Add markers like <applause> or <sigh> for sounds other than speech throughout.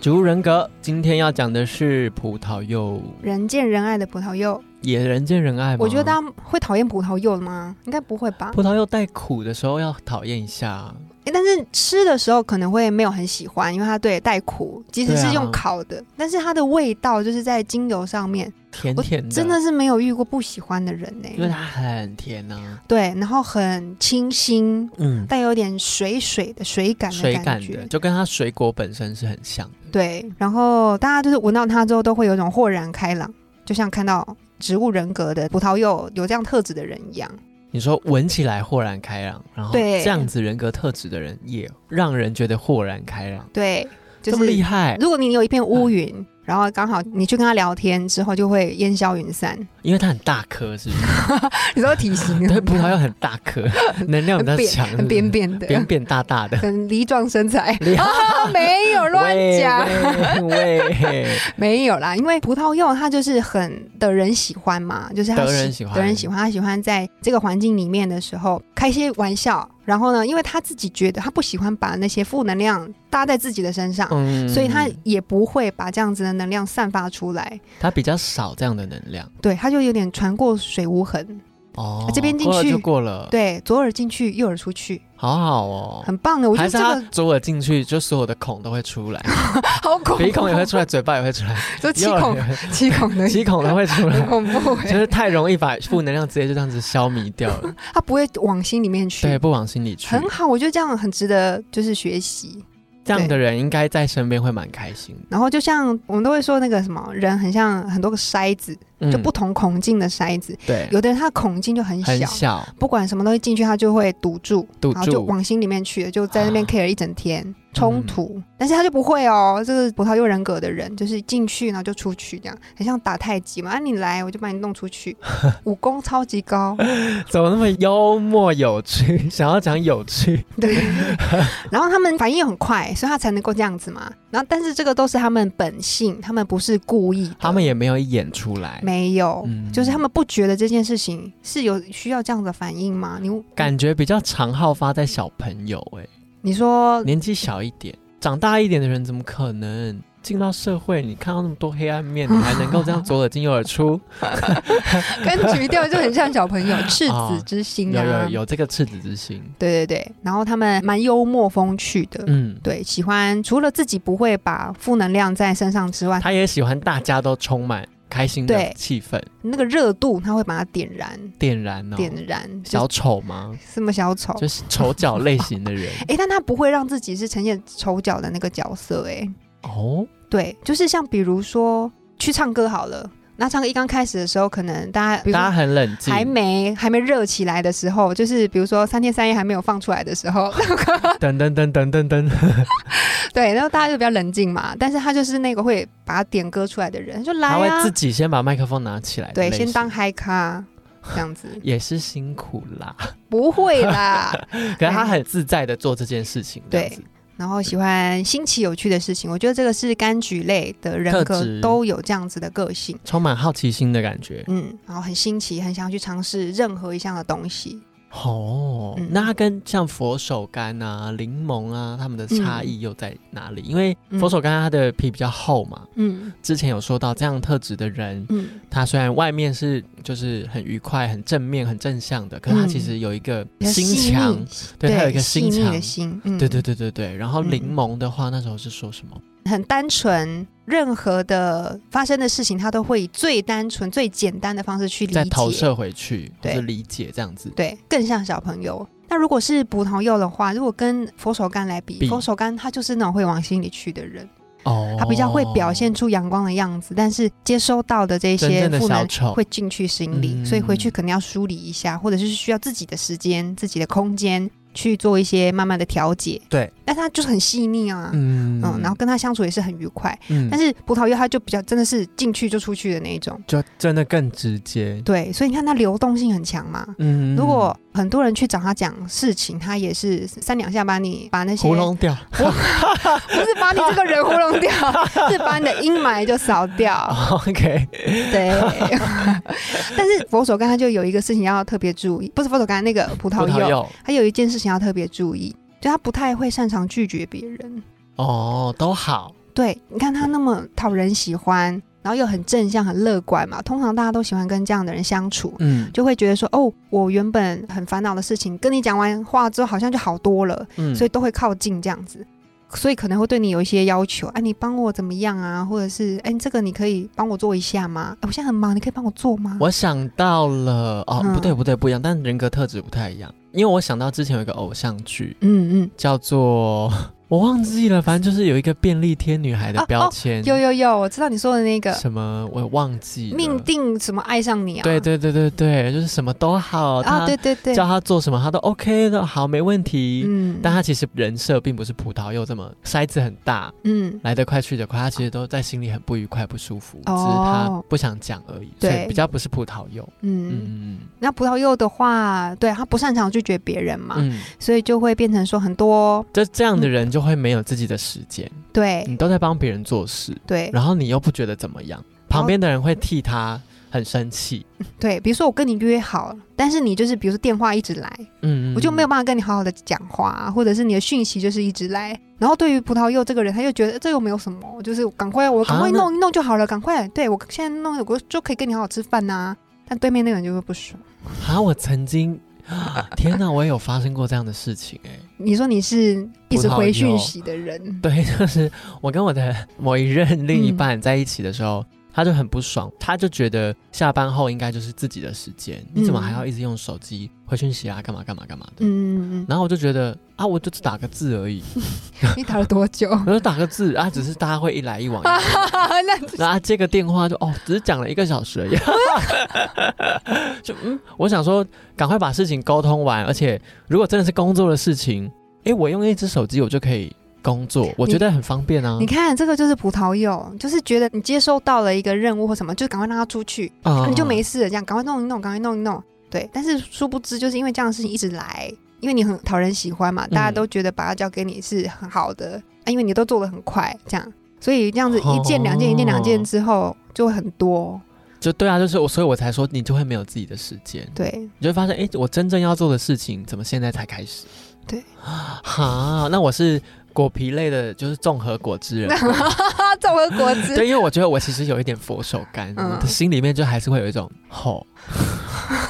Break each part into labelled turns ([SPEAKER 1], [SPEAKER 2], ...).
[SPEAKER 1] 植物人格。今天要讲的是葡萄柚，
[SPEAKER 2] 人见人爱的葡萄柚。
[SPEAKER 1] 也人见人爱吗？
[SPEAKER 2] 我觉得大家会讨厌葡萄柚的吗？应该不会吧？
[SPEAKER 1] 葡萄柚带苦的时候要讨厌一下，
[SPEAKER 2] 诶但是吃的时候可能会没有很喜欢，因为它对带苦，即使
[SPEAKER 1] 对啊
[SPEAKER 2] 是用烤的，但是它的味道就是在精油上面，
[SPEAKER 1] 甜
[SPEAKER 2] 我
[SPEAKER 1] 甜的，
[SPEAKER 2] 真的，是没有遇过不喜欢的人呢、
[SPEAKER 1] 因为它很甜啊。
[SPEAKER 2] 对，然后很清新，
[SPEAKER 1] 嗯，
[SPEAKER 2] 带有点水水的水感的
[SPEAKER 1] 水
[SPEAKER 2] 感
[SPEAKER 1] 感
[SPEAKER 2] 觉，
[SPEAKER 1] 的，就跟它水果本身是很像的。
[SPEAKER 2] 对。然后大家就是闻到它之后，都会有一种豁然开朗，就像看到植物人格的葡萄柚有这样特质的人一样。
[SPEAKER 1] 你说闻起来豁然开朗，然后
[SPEAKER 2] 对
[SPEAKER 1] 这样子人格特质的人也让人觉得豁然开朗，
[SPEAKER 2] 对，就
[SPEAKER 1] 这么厉
[SPEAKER 2] 是
[SPEAKER 1] 害。
[SPEAKER 2] 如果你有一片乌云，然后刚好你去跟他聊天之后，就会烟消云散。
[SPEAKER 1] 因为它很大颗，是不是？
[SPEAKER 2] <laughs> 你知道体型很
[SPEAKER 1] 对，葡萄柚很大颗，能量比较
[SPEAKER 2] 很扁
[SPEAKER 1] 强，是不
[SPEAKER 2] <laughs> 很
[SPEAKER 1] 是
[SPEAKER 2] 扁扁的，
[SPEAKER 1] 扁扁大大的。
[SPEAKER 2] 很嗯梨状身 <laughs> 材。
[SPEAKER 1] 厉害
[SPEAKER 2] 啊，没有 <laughs> 乱讲，
[SPEAKER 1] 喂，喂
[SPEAKER 2] <laughs>
[SPEAKER 1] 喂
[SPEAKER 2] 没有啦，因为葡萄柚它就是很得人喜欢嘛，就是它
[SPEAKER 1] 得
[SPEAKER 2] 喜
[SPEAKER 1] 人喜欢
[SPEAKER 2] 得人喜欢，他喜欢在这个环境里面的时候开一些玩笑，然后呢，因为他自己觉得他不喜欢把那些负能量搭在自己的身上。
[SPEAKER 1] 嗯
[SPEAKER 2] 所以他也不会把这样子的能量散发出来，
[SPEAKER 1] 它比较少这样的能量
[SPEAKER 2] 对，他就有点船过水无痕，
[SPEAKER 1] 哦。
[SPEAKER 2] 这边进
[SPEAKER 1] 过了
[SPEAKER 2] 去
[SPEAKER 1] 就过了，，
[SPEAKER 2] 对，左耳进去，右耳出去，
[SPEAKER 1] 好好哦。
[SPEAKER 2] 很棒的，我觉
[SPEAKER 1] 还
[SPEAKER 2] 得
[SPEAKER 1] 是
[SPEAKER 2] 这
[SPEAKER 1] 他
[SPEAKER 2] 个
[SPEAKER 1] 左耳进去，就所有的孔都会出
[SPEAKER 2] <laughs>
[SPEAKER 1] 来，
[SPEAKER 2] 好恐怖，
[SPEAKER 1] 鼻孔也
[SPEAKER 2] <laughs>
[SPEAKER 1] 会出来，嘴巴也会出来，
[SPEAKER 2] 就七
[SPEAKER 1] 右耳
[SPEAKER 2] 孔
[SPEAKER 1] 也会
[SPEAKER 2] 七孔
[SPEAKER 1] <laughs>
[SPEAKER 2] 的
[SPEAKER 1] 七孔都会
[SPEAKER 2] 很
[SPEAKER 1] 出来，
[SPEAKER 2] 恐
[SPEAKER 1] <laughs>
[SPEAKER 2] 怖 <laughs> 哎、
[SPEAKER 1] 就是太容易把负能量直接就这样子消弭掉
[SPEAKER 2] <laughs>
[SPEAKER 1] 了，
[SPEAKER 2] 他不会往心里面去，
[SPEAKER 1] 对，不往心里去。
[SPEAKER 2] 很好，我觉得这样很值得就是学习。
[SPEAKER 1] 这样的人应该在身边会蛮开心的，
[SPEAKER 2] 然后就像我们都会说那个什么人很像很多个筛子，
[SPEAKER 1] 嗯
[SPEAKER 2] 就不同孔径的筛子，
[SPEAKER 1] 对，
[SPEAKER 2] 有的人他的孔径就很小。
[SPEAKER 1] 很小，
[SPEAKER 2] 不管什么东西进去，他就会堵住，
[SPEAKER 1] 堵
[SPEAKER 2] 然后就
[SPEAKER 1] 住，
[SPEAKER 2] 往心里面去了，就在那边
[SPEAKER 1] 啊嗯
[SPEAKER 2] care 一整天、冲突。但是他就不会哦，这个葡萄柚人格的人，就是进去然后就出去，这样很像打太极嘛。啊，你来我就把你弄出
[SPEAKER 1] <laughs>
[SPEAKER 2] 去，武功超级高，
[SPEAKER 1] 怎么那么幽默有趣？ <laughs> 想要讲有趣，
[SPEAKER 2] 对，然后他们反应又很快，所以他才能够这样子嘛。然后，但是这个都是他们本性，他们不是故意的，
[SPEAKER 1] 他们也没有演出来，
[SPEAKER 2] 没有，
[SPEAKER 1] 嗯
[SPEAKER 2] 就是他们不觉得这件事情是有需要这样的反应吗？你
[SPEAKER 1] 感觉比较常好发在小朋友、欸，
[SPEAKER 2] 你说
[SPEAKER 1] 年纪小一点，长大一点的人怎么可能进到社会？你看到那么多黑
[SPEAKER 2] <laughs>
[SPEAKER 1] 暗面，你还能够这样左耳进右耳出？ <laughs>
[SPEAKER 2] 跟曲调就很像小朋友赤子
[SPEAKER 1] 哦
[SPEAKER 2] 之心
[SPEAKER 1] 有
[SPEAKER 2] 啊，
[SPEAKER 1] 有有这个赤子之心，
[SPEAKER 2] 对对对。然后他们蛮幽默风趣的，
[SPEAKER 1] 嗯，
[SPEAKER 2] 对，喜欢除了自己不会把负能量在身上之外，
[SPEAKER 1] 他也喜欢大家都充满开心
[SPEAKER 2] 啊对
[SPEAKER 1] 的气氛，
[SPEAKER 2] 那个热度他会把它点燃，
[SPEAKER 1] 点燃哦，
[SPEAKER 2] 点燃，就
[SPEAKER 1] 小丑吗？
[SPEAKER 2] 什么小丑。
[SPEAKER 1] 就是丑角类型的人
[SPEAKER 2] <laughs> 哎、但他不会让自己是呈现丑角的那个角色、诶，
[SPEAKER 1] 哦，
[SPEAKER 2] 对，就是像比如说去唱歌好了，那唱歌一刚开始的时候，可能大家比如
[SPEAKER 1] 大家
[SPEAKER 2] 说
[SPEAKER 1] 很冷静， <laughs>
[SPEAKER 2] 还没还没热起来的时候，就是比如说三天三夜还没有放出来的时候， <laughs>
[SPEAKER 1] 等等等等等等，
[SPEAKER 2] 对，然后大家就比较冷静嘛。但是他就是那个会把它点歌出来的人，就来
[SPEAKER 1] 他会
[SPEAKER 2] 啊
[SPEAKER 1] 自，己先把麦克风拿起来的
[SPEAKER 2] 对，
[SPEAKER 1] 类型，
[SPEAKER 2] 先当嗨咖。这样
[SPEAKER 1] <laughs>
[SPEAKER 2] 子
[SPEAKER 1] 也是辛苦啦，
[SPEAKER 2] 不会啦，
[SPEAKER 1] 可是他很自在的做这件事情，这样
[SPEAKER 2] 对
[SPEAKER 1] 子，
[SPEAKER 2] 然后喜欢新奇有趣的事情，我觉得这个是柑橘类的人
[SPEAKER 1] 特
[SPEAKER 2] 格
[SPEAKER 1] 质
[SPEAKER 2] 都有这样子的个
[SPEAKER 1] <laughs>
[SPEAKER 2] 性。
[SPEAKER 1] 充满好奇心的感觉。
[SPEAKER 2] 嗯，然后很新奇，很想去尝试任何一项的东西。
[SPEAKER 1] 哦，
[SPEAKER 2] 嗯
[SPEAKER 1] 那它跟像佛手柑啊、柠檬啊，它们的差
[SPEAKER 2] 嗯
[SPEAKER 1] 异又在哪里？因为佛手柑它的皮比较厚嘛，
[SPEAKER 2] 嗯
[SPEAKER 1] 之前有说到这样特质的人，
[SPEAKER 2] 嗯，
[SPEAKER 1] 他虽然外面是就是很愉快、很正面、很正向的，可是他其实有一个
[SPEAKER 2] 比较
[SPEAKER 1] 心
[SPEAKER 2] 细腻
[SPEAKER 1] 墙，对，他有一个
[SPEAKER 2] 细
[SPEAKER 1] 心
[SPEAKER 2] 腻
[SPEAKER 1] 墙
[SPEAKER 2] 的。心，嗯，
[SPEAKER 1] 对对，对对对，然后
[SPEAKER 2] 嗯
[SPEAKER 1] 柠檬的话，那时候是说什么？
[SPEAKER 2] 很单纯，任何的发生的事情，他都会以最单纯、最简单的方式去理
[SPEAKER 1] 再
[SPEAKER 2] 解，
[SPEAKER 1] 投射回去，或
[SPEAKER 2] 对
[SPEAKER 1] 者理解这样子。
[SPEAKER 2] 对，更像小朋友。那如果是葡萄柚的话，如果跟佛手柑来比，
[SPEAKER 1] 比
[SPEAKER 2] 佛手柑他就是那种会往心里去的人，
[SPEAKER 1] 哦，
[SPEAKER 2] 他比较会表现出阳光的样子，但是接收到的这
[SPEAKER 1] 真
[SPEAKER 2] 些
[SPEAKER 1] 正的
[SPEAKER 2] 负
[SPEAKER 1] 小
[SPEAKER 2] 能
[SPEAKER 1] 丑，
[SPEAKER 2] 会进去心里，
[SPEAKER 1] 嗯
[SPEAKER 2] 所以回去可能要梳理一下，或者是需要自己的时间、自己的空间，去做一些慢慢的调节。
[SPEAKER 1] 对，
[SPEAKER 2] 但他就是很细腻啊，嗯
[SPEAKER 1] 嗯
[SPEAKER 2] 然后跟他相处也是很愉快。
[SPEAKER 1] 嗯
[SPEAKER 2] 但是葡萄柚它就比较真的是进去就出去的那一种，
[SPEAKER 1] 就真的更直接。
[SPEAKER 2] 对，所以你看它流动性很强嘛。
[SPEAKER 1] 嗯
[SPEAKER 2] 如果很多人去找他讲事情，他也是三两下把你把那些
[SPEAKER 1] 喉咙掉，
[SPEAKER 2] 不是把你这个人糊弄
[SPEAKER 1] <laughs>
[SPEAKER 2] 掉，是把你的阴霾就扫掉。
[SPEAKER 1] OK，
[SPEAKER 2] 对，
[SPEAKER 1] <laughs>
[SPEAKER 2] 但是佛手柑它就有一个事情要特别注意，不是佛手柑那个葡
[SPEAKER 1] 葡
[SPEAKER 2] 萄
[SPEAKER 1] 萄
[SPEAKER 2] 柚，
[SPEAKER 1] 柚
[SPEAKER 2] 它有一件事情要特别注意，就它不太会擅长拒绝别人。
[SPEAKER 1] 哦都好，
[SPEAKER 2] 对，你看它那么讨人喜欢，然后又很正向、很乐观嘛，通常大家都喜欢跟这样的人相处。
[SPEAKER 1] 嗯
[SPEAKER 2] 就会觉得说，哦，我原本很烦恼的事情，跟你讲完话之后，好像就好多了。
[SPEAKER 1] 嗯
[SPEAKER 2] 所以都会靠近这样子，所以可能会对你有一些要求，哎、你帮我怎么样啊？或者是，哎、这个你可以帮我做一下吗？哎、我现在很忙，你可以帮我做吗？
[SPEAKER 1] 我想到了哦，
[SPEAKER 2] 嗯
[SPEAKER 1] 不对不对，不一样，但人格特质不太一样，因为我想到之前有一个偶像剧
[SPEAKER 2] 嗯嗯，
[SPEAKER 1] 叫做 <laughs> 我忘记了，反正就是有一个便利贴女孩的
[SPEAKER 2] 哦
[SPEAKER 1] 标
[SPEAKER 2] 哦
[SPEAKER 1] 签，
[SPEAKER 2] 有有有，我知道你说的那个
[SPEAKER 1] 什么我忘记了
[SPEAKER 2] 命定什么爱上你啊？
[SPEAKER 1] 对对对对对，就是什么都好，
[SPEAKER 2] 啊，
[SPEAKER 1] 她
[SPEAKER 2] 对对对，
[SPEAKER 1] 叫她做什么她都 OK 的，好没问题。
[SPEAKER 2] 嗯
[SPEAKER 1] 但她其实人设并不是葡萄柚这么筛子很大，
[SPEAKER 2] 嗯
[SPEAKER 1] 来得快去得快，她其实都在心里很不愉快、不舒服，只是她
[SPEAKER 2] 哦
[SPEAKER 1] 不想讲而已，所
[SPEAKER 2] 对
[SPEAKER 1] 以比较不是葡萄柚。
[SPEAKER 2] 嗯，
[SPEAKER 1] 嗯嗯
[SPEAKER 2] 那葡萄柚的话，对他不擅长拒绝别人嘛，
[SPEAKER 1] 嗯，
[SPEAKER 2] 所以就会变成说很多
[SPEAKER 1] 这这样的
[SPEAKER 2] 嗯
[SPEAKER 1] 人就会没有自己的时间，
[SPEAKER 2] 对
[SPEAKER 1] 你都在帮别人做事，
[SPEAKER 2] 对
[SPEAKER 1] 然后你又不觉得怎么样，旁边的人会替他很生气。
[SPEAKER 2] 对，比如说我跟你约好，但是你就是比如说电话一直来。
[SPEAKER 1] 嗯，嗯
[SPEAKER 2] 我就没有
[SPEAKER 1] 嗯
[SPEAKER 2] 办法跟你好好的讲话、啊或者是你的讯息就是一直来。然后对于葡萄柚这个人，他又觉得这又没有什么，就是赶快我赶
[SPEAKER 1] 啊
[SPEAKER 2] 快
[SPEAKER 1] 那
[SPEAKER 2] 弄一弄就好了，赶快。对我现在弄，我就可以跟你好好吃饭呐、但对面那个人就会不爽。
[SPEAKER 1] 啊，我
[SPEAKER 2] <laughs>
[SPEAKER 1] 曾经，天哪，我也有发生过这样的事情哎、
[SPEAKER 2] 你说你是一直
[SPEAKER 1] 葡萄
[SPEAKER 2] 回
[SPEAKER 1] 柚
[SPEAKER 2] 讯息的人，
[SPEAKER 1] 对，就是我跟我的 <laughs> 某一任另一半
[SPEAKER 2] 嗯
[SPEAKER 1] 在一起的时候，他就很不爽，他就觉得下班后应该就是自己的时间，你怎么还要一直用手机回讯息啊，干嘛干嘛干嘛的？
[SPEAKER 2] 嗯嗯，
[SPEAKER 1] 然后我就觉得啊，我就只打个字而已， <laughs>
[SPEAKER 2] 你打了多久？
[SPEAKER 1] 我就打个字啊，只是大家会一来一往，
[SPEAKER 2] <laughs> 那
[SPEAKER 1] 然后他接个电话就哦，只是讲了一个小时而已， <laughs> 就嗯，我想说赶快把事情沟通完，而且如果真的是工作的事情，诶，我用一只手机我就可以工作，我觉得很方便啊
[SPEAKER 2] 你。看这个就是葡萄柚，就是觉得你接收到了一个任务或什么，就赶快让他出去，
[SPEAKER 1] 啊
[SPEAKER 2] 啊你就没事了，这样赶快弄一弄，赶快弄一弄。对，但是殊不知，就是因为这样的事情一直来，因为你很讨人喜
[SPEAKER 1] 嗯
[SPEAKER 2] 欢嘛，大家都觉得把它交给你是很好的，啊，因为你都做的很快，这样，所以这样子一件两件，一件两件之后就会很多。
[SPEAKER 1] 就对啊，就是我，所以我才说你就会没有自己的时间，
[SPEAKER 2] 对，
[SPEAKER 1] 你就会发现，哎、我真正要做的事情怎么现在才开始？
[SPEAKER 2] 对，
[SPEAKER 1] 哈，那我是果皮类的，就是综合果汁人。
[SPEAKER 2] <laughs> 综合果汁，
[SPEAKER 1] 哦对，因为我觉得我其实有一点佛手柑，
[SPEAKER 2] 嗯
[SPEAKER 1] 我的心里面就还是会有一种吼 <laughs>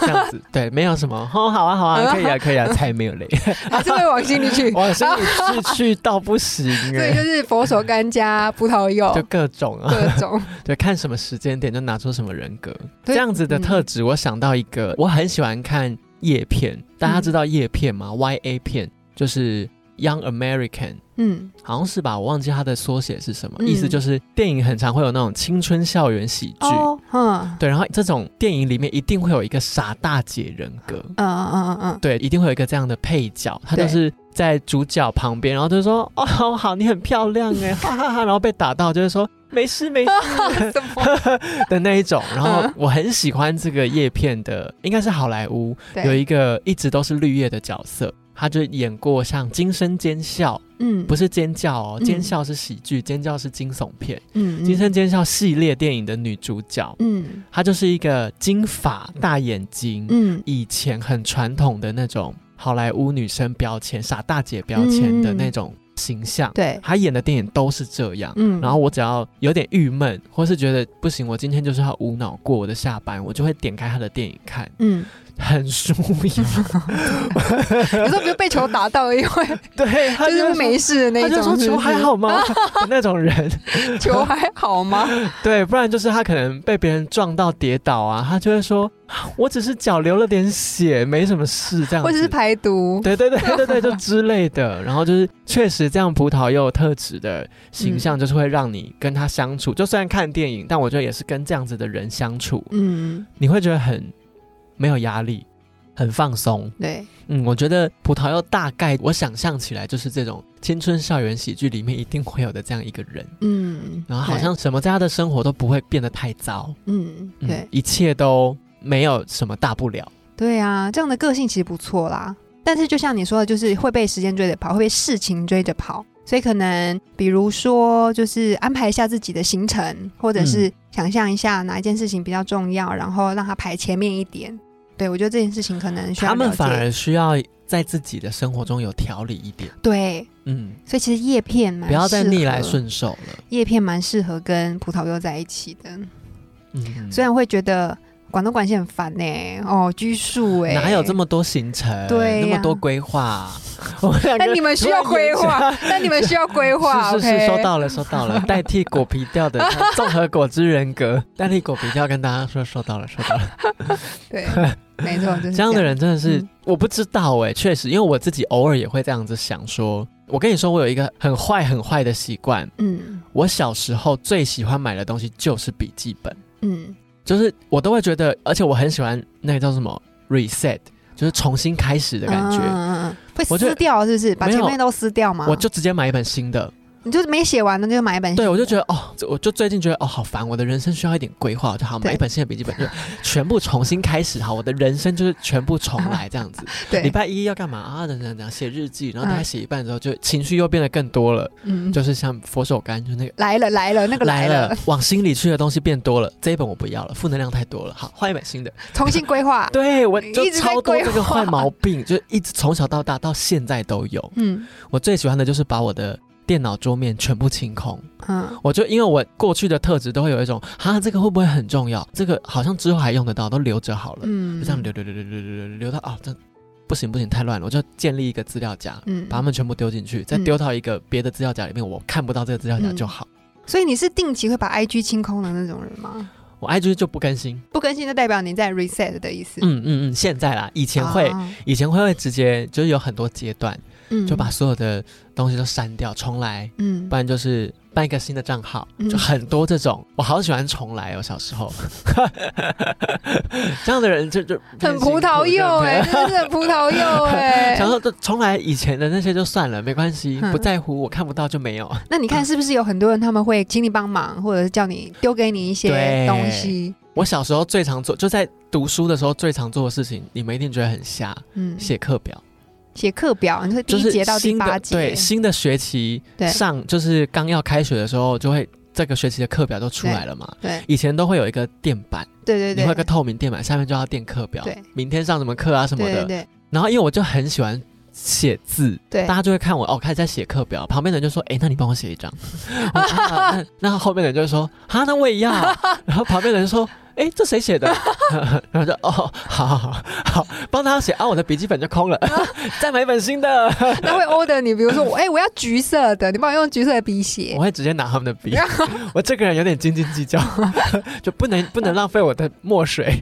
[SPEAKER 1] 这样子，对，没有什么吼，好啊好
[SPEAKER 2] 嗯
[SPEAKER 1] 啊，可以啊可以啊，菜没有
[SPEAKER 2] <laughs>
[SPEAKER 1] 雷，
[SPEAKER 2] 还是会往心里
[SPEAKER 1] <laughs>
[SPEAKER 2] 去。
[SPEAKER 1] 我心里是去到不行
[SPEAKER 2] <laughs> 所以就
[SPEAKER 1] 哎，
[SPEAKER 2] 是佛手柑加葡萄柚
[SPEAKER 1] 就各种啊，
[SPEAKER 2] 各种，
[SPEAKER 1] 对，看什么时间点就拿出什么人格， <laughs> 这
[SPEAKER 2] 对嗯
[SPEAKER 1] 样子的特质，我想到一个，我很喜欢看叶片，大家知道叶片吗？Y A 片就是 Young American，
[SPEAKER 2] 嗯，
[SPEAKER 1] 好像是吧？我忘记它的缩写是什么，
[SPEAKER 2] 嗯
[SPEAKER 1] 意思就是电影很常会有那种青春校园喜剧。
[SPEAKER 2] 哦，嗯，
[SPEAKER 1] 对，然后这种电影里面一定会有一个傻大姐人格，
[SPEAKER 2] 嗯嗯嗯嗯
[SPEAKER 1] 对，一定会有一个这样的配角，他
[SPEAKER 2] 对
[SPEAKER 1] 就是在主角旁边，然后就说：“ <laughs> 哦，好，你很漂亮
[SPEAKER 2] <laughs>
[SPEAKER 1] 哎，哈哈哈。”然后被打到就会说：“没事没事。” <laughs>
[SPEAKER 2] 嗯， <laughs> 什么？
[SPEAKER 1] 的那一种。然后
[SPEAKER 2] 嗯
[SPEAKER 1] 我很喜欢这个叶片的，应该是好莱坞有一个一直都是绿叶的角色，他就演过像《惊声尖笑》，
[SPEAKER 2] 嗯，
[SPEAKER 1] 不
[SPEAKER 2] 是，
[SPEAKER 1] 是尖叫哦，
[SPEAKER 2] 嗯
[SPEAKER 1] 尖笑是喜剧，尖叫是惊悚片，
[SPEAKER 2] 嗯，
[SPEAKER 1] 《惊声尖笑》系列电影的女主角，
[SPEAKER 2] 嗯
[SPEAKER 1] 她就是一个金发大眼睛，
[SPEAKER 2] 嗯
[SPEAKER 1] 以前很传统的那种好莱坞女生标签、傻大姐标签的那种形象。
[SPEAKER 2] 对，
[SPEAKER 1] 她演的电影都是这样。
[SPEAKER 2] 嗯，
[SPEAKER 1] 然后我只要有点郁闷，或是觉得不行，我今天就是要无脑过我的下班，我就会点开他的电影看，
[SPEAKER 2] 嗯，
[SPEAKER 1] 很舒压。
[SPEAKER 2] <laughs> 有时候比如被球打到，因 <laughs> 为
[SPEAKER 1] 对，他
[SPEAKER 2] 就是没
[SPEAKER 1] 说
[SPEAKER 2] 事的那
[SPEAKER 1] 他
[SPEAKER 2] 一种
[SPEAKER 1] 就，说
[SPEAKER 2] 是
[SPEAKER 1] 球
[SPEAKER 2] 不是
[SPEAKER 1] 还，好吗？的那种人，
[SPEAKER 2] <laughs> 球 <laughs> 还好吗？
[SPEAKER 1] 对，不然就是他可能被别人撞到跌倒啊，他就会说，我只是脚流了点血，没什么事这样
[SPEAKER 2] 或者是
[SPEAKER 1] 子。
[SPEAKER 2] 排毒，
[SPEAKER 1] 对对对对对，就之类的。然后就是，确实这样葡萄柚特质的形象，就是会让你跟他相处。就虽然看电影，但我觉得也是跟这样子的人相处。
[SPEAKER 2] 嗯，
[SPEAKER 1] 你会觉得很没有压力，很放松。
[SPEAKER 2] 对，
[SPEAKER 1] 嗯，我觉得葡萄柚大概我想象起来就是这种青春校园喜剧里面一定会有的这样一个人，
[SPEAKER 2] 嗯，
[SPEAKER 1] 然后好
[SPEAKER 2] 对
[SPEAKER 1] 像什么在他的生活都不会变得太糟，
[SPEAKER 2] 嗯，
[SPEAKER 1] 嗯
[SPEAKER 2] 对，
[SPEAKER 1] 一切都没有什么大不了。
[SPEAKER 2] 对啊，这样的个性其实不错啦。但是就像你说的，就是会被时间追着跑，会被事情追着跑，所以可能比如说就是安排一下自己的行程，或者是想象一下哪一件事情比较重要，然后让它排前面一点。对我觉得这件事情可能需要
[SPEAKER 1] 他们
[SPEAKER 2] 了解
[SPEAKER 1] 反而需要在自己的生活中有条理一点，
[SPEAKER 2] 对，
[SPEAKER 1] 嗯，
[SPEAKER 2] 所以其实叶片蛮
[SPEAKER 1] 不要再
[SPEAKER 2] 适合
[SPEAKER 1] 逆来，顺受了。
[SPEAKER 2] 叶片蛮适合跟葡萄柚在一起的。
[SPEAKER 1] 嗯，
[SPEAKER 2] 虽
[SPEAKER 1] 然
[SPEAKER 2] 然会觉得管东管西很烦呢、哦，拘束哎、
[SPEAKER 1] 哪有这么多行程，
[SPEAKER 2] 对呀
[SPEAKER 1] 那么多规划？我们两个
[SPEAKER 2] 那你们需要
[SPEAKER 1] 突然
[SPEAKER 2] 规
[SPEAKER 1] 有一
[SPEAKER 2] 划，
[SPEAKER 1] <laughs>
[SPEAKER 2] 那你们需要规划。
[SPEAKER 1] 是是是，收
[SPEAKER 2] OK
[SPEAKER 1] 到了收到了，代替果皮调的 <laughs> 综合果汁人格，代替果皮调跟大家说收到了收到了，
[SPEAKER 2] <laughs> 对，没错，就是
[SPEAKER 1] 这样的人真的是、
[SPEAKER 2] 嗯
[SPEAKER 1] 我不知道哎、确实，因为我自己偶尔也会这样子想说，我跟你说我有一个很坏很坏的习惯，
[SPEAKER 2] 这样。嗯
[SPEAKER 1] 我小时候最喜欢买的东西就是笔记本，
[SPEAKER 2] 嗯，
[SPEAKER 1] 就是我都会觉得，而且我很喜欢那个叫什么 reset，就是重新开始的感觉。
[SPEAKER 2] 嗯嗯嗯会
[SPEAKER 1] 我觉
[SPEAKER 2] 撕
[SPEAKER 1] 得
[SPEAKER 2] 掉是不是？把
[SPEAKER 1] 没有
[SPEAKER 2] 前面都撕掉吗？
[SPEAKER 1] 我就直接买一本新的，
[SPEAKER 2] 你就是没写完的就买一本，
[SPEAKER 1] 对我就觉得哦，这我就最近觉得哦，好烦，我的人生需要一点规划，我就好
[SPEAKER 2] 对
[SPEAKER 1] 买一本新的笔记本，就 <laughs> 全部重新开始，好，我的人生就是全部重来这样子。礼
[SPEAKER 2] <laughs> 对，
[SPEAKER 1] 拜一要干嘛啊？等等等，写日记，然后
[SPEAKER 2] 嗯
[SPEAKER 1] 大概写一半之后，就情绪又变得更多了，
[SPEAKER 2] 嗯，
[SPEAKER 1] 就是像佛手柑，就那个。
[SPEAKER 2] 来了来了，那个来
[SPEAKER 1] 了
[SPEAKER 2] 了，，
[SPEAKER 1] 往心里去的东西变多了。这一本我不要了，负能量太多了。好，换一本新的。
[SPEAKER 2] 重新规划。
[SPEAKER 1] <laughs> 对我就
[SPEAKER 2] 一直在
[SPEAKER 1] 超多
[SPEAKER 2] 规
[SPEAKER 1] 这个
[SPEAKER 2] 划
[SPEAKER 1] 坏毛病，就一直从小到大到现在都有。
[SPEAKER 2] 嗯
[SPEAKER 1] 我最喜欢的就是把我的电脑桌面全部清空。
[SPEAKER 2] 嗯
[SPEAKER 1] 我就因为我过去的特质都会有一种，哈，这个会不会很重要？这个好像之后还用得到，都留着好了。
[SPEAKER 2] 嗯，
[SPEAKER 1] 就这样留留留留留留留留到啊，这不行不行，太乱了，我就建立一个资料夹，
[SPEAKER 2] 嗯
[SPEAKER 1] 把它们全部丢进去，再
[SPEAKER 2] 嗯
[SPEAKER 1] 丢到一个别的资料夹里面，我看不到这个资料夹就好。
[SPEAKER 2] 所以你是定期会把 IG 清空的那种人吗？
[SPEAKER 1] 我 IG 就不更新，
[SPEAKER 2] 不更新就代表你在 reset 的意思。
[SPEAKER 1] 嗯嗯嗯，现在啦，以前会，
[SPEAKER 2] 啊
[SPEAKER 1] 以前会会直接就是有很多阶段，
[SPEAKER 2] 嗯
[SPEAKER 1] 就把所有的东西都删掉，重来，
[SPEAKER 2] 嗯
[SPEAKER 1] 不然就是办一个新的账号，
[SPEAKER 2] 嗯
[SPEAKER 1] 就很多这种，我好喜欢重来哦，小时候， <laughs> 这样的人就就
[SPEAKER 2] 很葡萄柚哎、
[SPEAKER 1] 哎。
[SPEAKER 2] 真的是很葡萄柚哎、
[SPEAKER 1] <laughs> 想说就重来以前的那些就算了，没关系，
[SPEAKER 2] 嗯
[SPEAKER 1] 不在乎，我看不到就没有。
[SPEAKER 2] 那你看是不是有很多人他们会请你帮忙，或者是叫你丢给你一些
[SPEAKER 1] 对
[SPEAKER 2] 东西？
[SPEAKER 1] 我小时候最常做，就在读书的时候最常做的事情，你们一定觉得很瞎，
[SPEAKER 2] 嗯，
[SPEAKER 1] 写课表，
[SPEAKER 2] 写课表，你说第
[SPEAKER 1] 就
[SPEAKER 2] 一
[SPEAKER 1] 是
[SPEAKER 2] 节到第
[SPEAKER 1] 新的
[SPEAKER 2] 八节，
[SPEAKER 1] 对，新的学期
[SPEAKER 2] 对
[SPEAKER 1] 上就是刚要开学的时候，就会这个学期的课表都出来了嘛。
[SPEAKER 2] 对
[SPEAKER 1] 以前都会有一个垫板，
[SPEAKER 2] 对对
[SPEAKER 1] 你会
[SPEAKER 2] 对
[SPEAKER 1] 有个透明垫板，下面就要垫课表
[SPEAKER 2] 对，
[SPEAKER 1] 明天上什么课啊什么
[SPEAKER 2] 对
[SPEAKER 1] 的。
[SPEAKER 2] 对
[SPEAKER 1] 然后因为我就很喜欢写字，
[SPEAKER 2] 对
[SPEAKER 1] 大，家就会看我哦，开始在写课表，旁边的人就说：“哎，那你帮我写一张。 <laughs> 我说啊那”那后面的人就会说：“啊，那我也要。”
[SPEAKER 2] <laughs>
[SPEAKER 1] 然后旁边的人就说。哎，这谁写的？ <laughs> 然后就哦，好好好，好，帮他写啊，我的笔记本就空了， <laughs> 再买一本新的。 <laughs>
[SPEAKER 2] 那会 order 你，比如说我哎、我要橘色的，你帮我用橘色的笔写
[SPEAKER 1] 我。会直接拿他们的笔。 <laughs> 我这个人有点斤斤计较， <laughs> 就不能不能浪费我的墨水。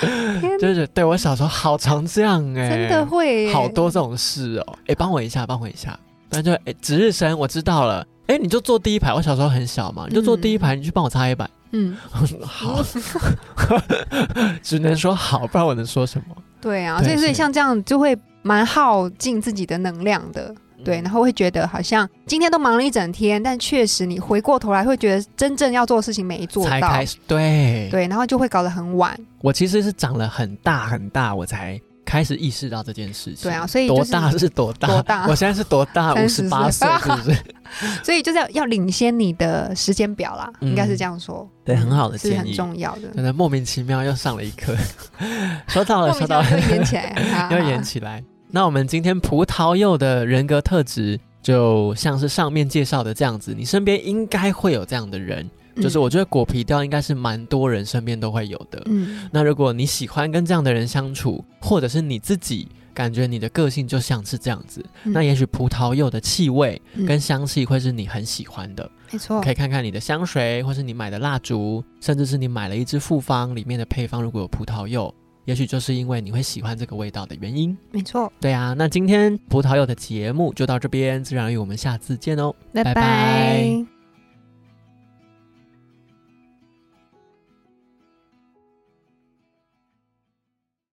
[SPEAKER 2] 天哪，
[SPEAKER 1] 就是对我小时候好常这样哎、
[SPEAKER 2] 真的会耶、
[SPEAKER 1] 好多这种事哦、哎、帮我一下，帮我一下。不然就哎、值日生我知道了，哎、你就坐第一排。我小时候很小嘛，你就坐第一排，你去帮我擦黑板。
[SPEAKER 2] 嗯，
[SPEAKER 1] <laughs> 好，只能说好，不然我能说什么？
[SPEAKER 2] 对啊，
[SPEAKER 1] 对
[SPEAKER 2] 所以所以
[SPEAKER 1] 是
[SPEAKER 2] 像这样就会蛮耗尽自己的能量的。
[SPEAKER 1] 嗯
[SPEAKER 2] 对，然后会觉得好像今天都忙了一整天，但确实你回过头来会觉得真正要做的事情没做
[SPEAKER 1] 才
[SPEAKER 2] 到，
[SPEAKER 1] 开始对
[SPEAKER 2] 对，然后就会搞得很晚，
[SPEAKER 1] 我其实是长了很大很大，我才开始意识到这件事情。
[SPEAKER 2] 对啊所以就
[SPEAKER 1] 多
[SPEAKER 2] 是
[SPEAKER 1] 大是多大？
[SPEAKER 2] 多大
[SPEAKER 1] 我现在是多大？五
[SPEAKER 2] 30
[SPEAKER 1] 十八岁是不
[SPEAKER 2] <laughs>
[SPEAKER 1] 是？
[SPEAKER 2] 所以就是要要领先你的时间表啦，
[SPEAKER 1] 嗯
[SPEAKER 2] 应该是这样说，
[SPEAKER 1] 对很好的
[SPEAKER 2] 是很
[SPEAKER 1] 建议
[SPEAKER 2] 重要的。
[SPEAKER 1] 真的莫名其妙又上了一课，收到
[SPEAKER 2] 莫
[SPEAKER 1] 了，
[SPEAKER 2] 名
[SPEAKER 1] 收
[SPEAKER 2] 其
[SPEAKER 1] 到
[SPEAKER 2] 妙
[SPEAKER 1] 了
[SPEAKER 2] 就，演
[SPEAKER 1] <laughs>
[SPEAKER 2] 起来，哈
[SPEAKER 1] 要演
[SPEAKER 2] 哈
[SPEAKER 1] 起来。那我们今天葡萄柚的人格特质，就像是上面介绍的这样子，你身边应该会有这样的人，就是我觉得果皮调应该是蛮多人身边都会有的。
[SPEAKER 2] 嗯，
[SPEAKER 1] 那如果你喜欢跟这样的人相处，或者是你自己感觉你的个性就像是这样子，
[SPEAKER 2] 嗯
[SPEAKER 1] 那也许葡萄柚的气味
[SPEAKER 2] 嗯哦
[SPEAKER 1] 跟香气会是你很喜欢的。
[SPEAKER 2] 没错
[SPEAKER 1] 可，以看看你的香水，或是你买的蜡烛，甚至是你买了一支复方，里面的配方如果有葡萄柚，也许就是因为你会喜欢这个味道的原因。
[SPEAKER 2] 没错，
[SPEAKER 1] 对啊，那今天葡萄柚的节目就到这边，自然而然我们下次见哦。拜
[SPEAKER 2] 拜
[SPEAKER 1] 拜
[SPEAKER 2] 拜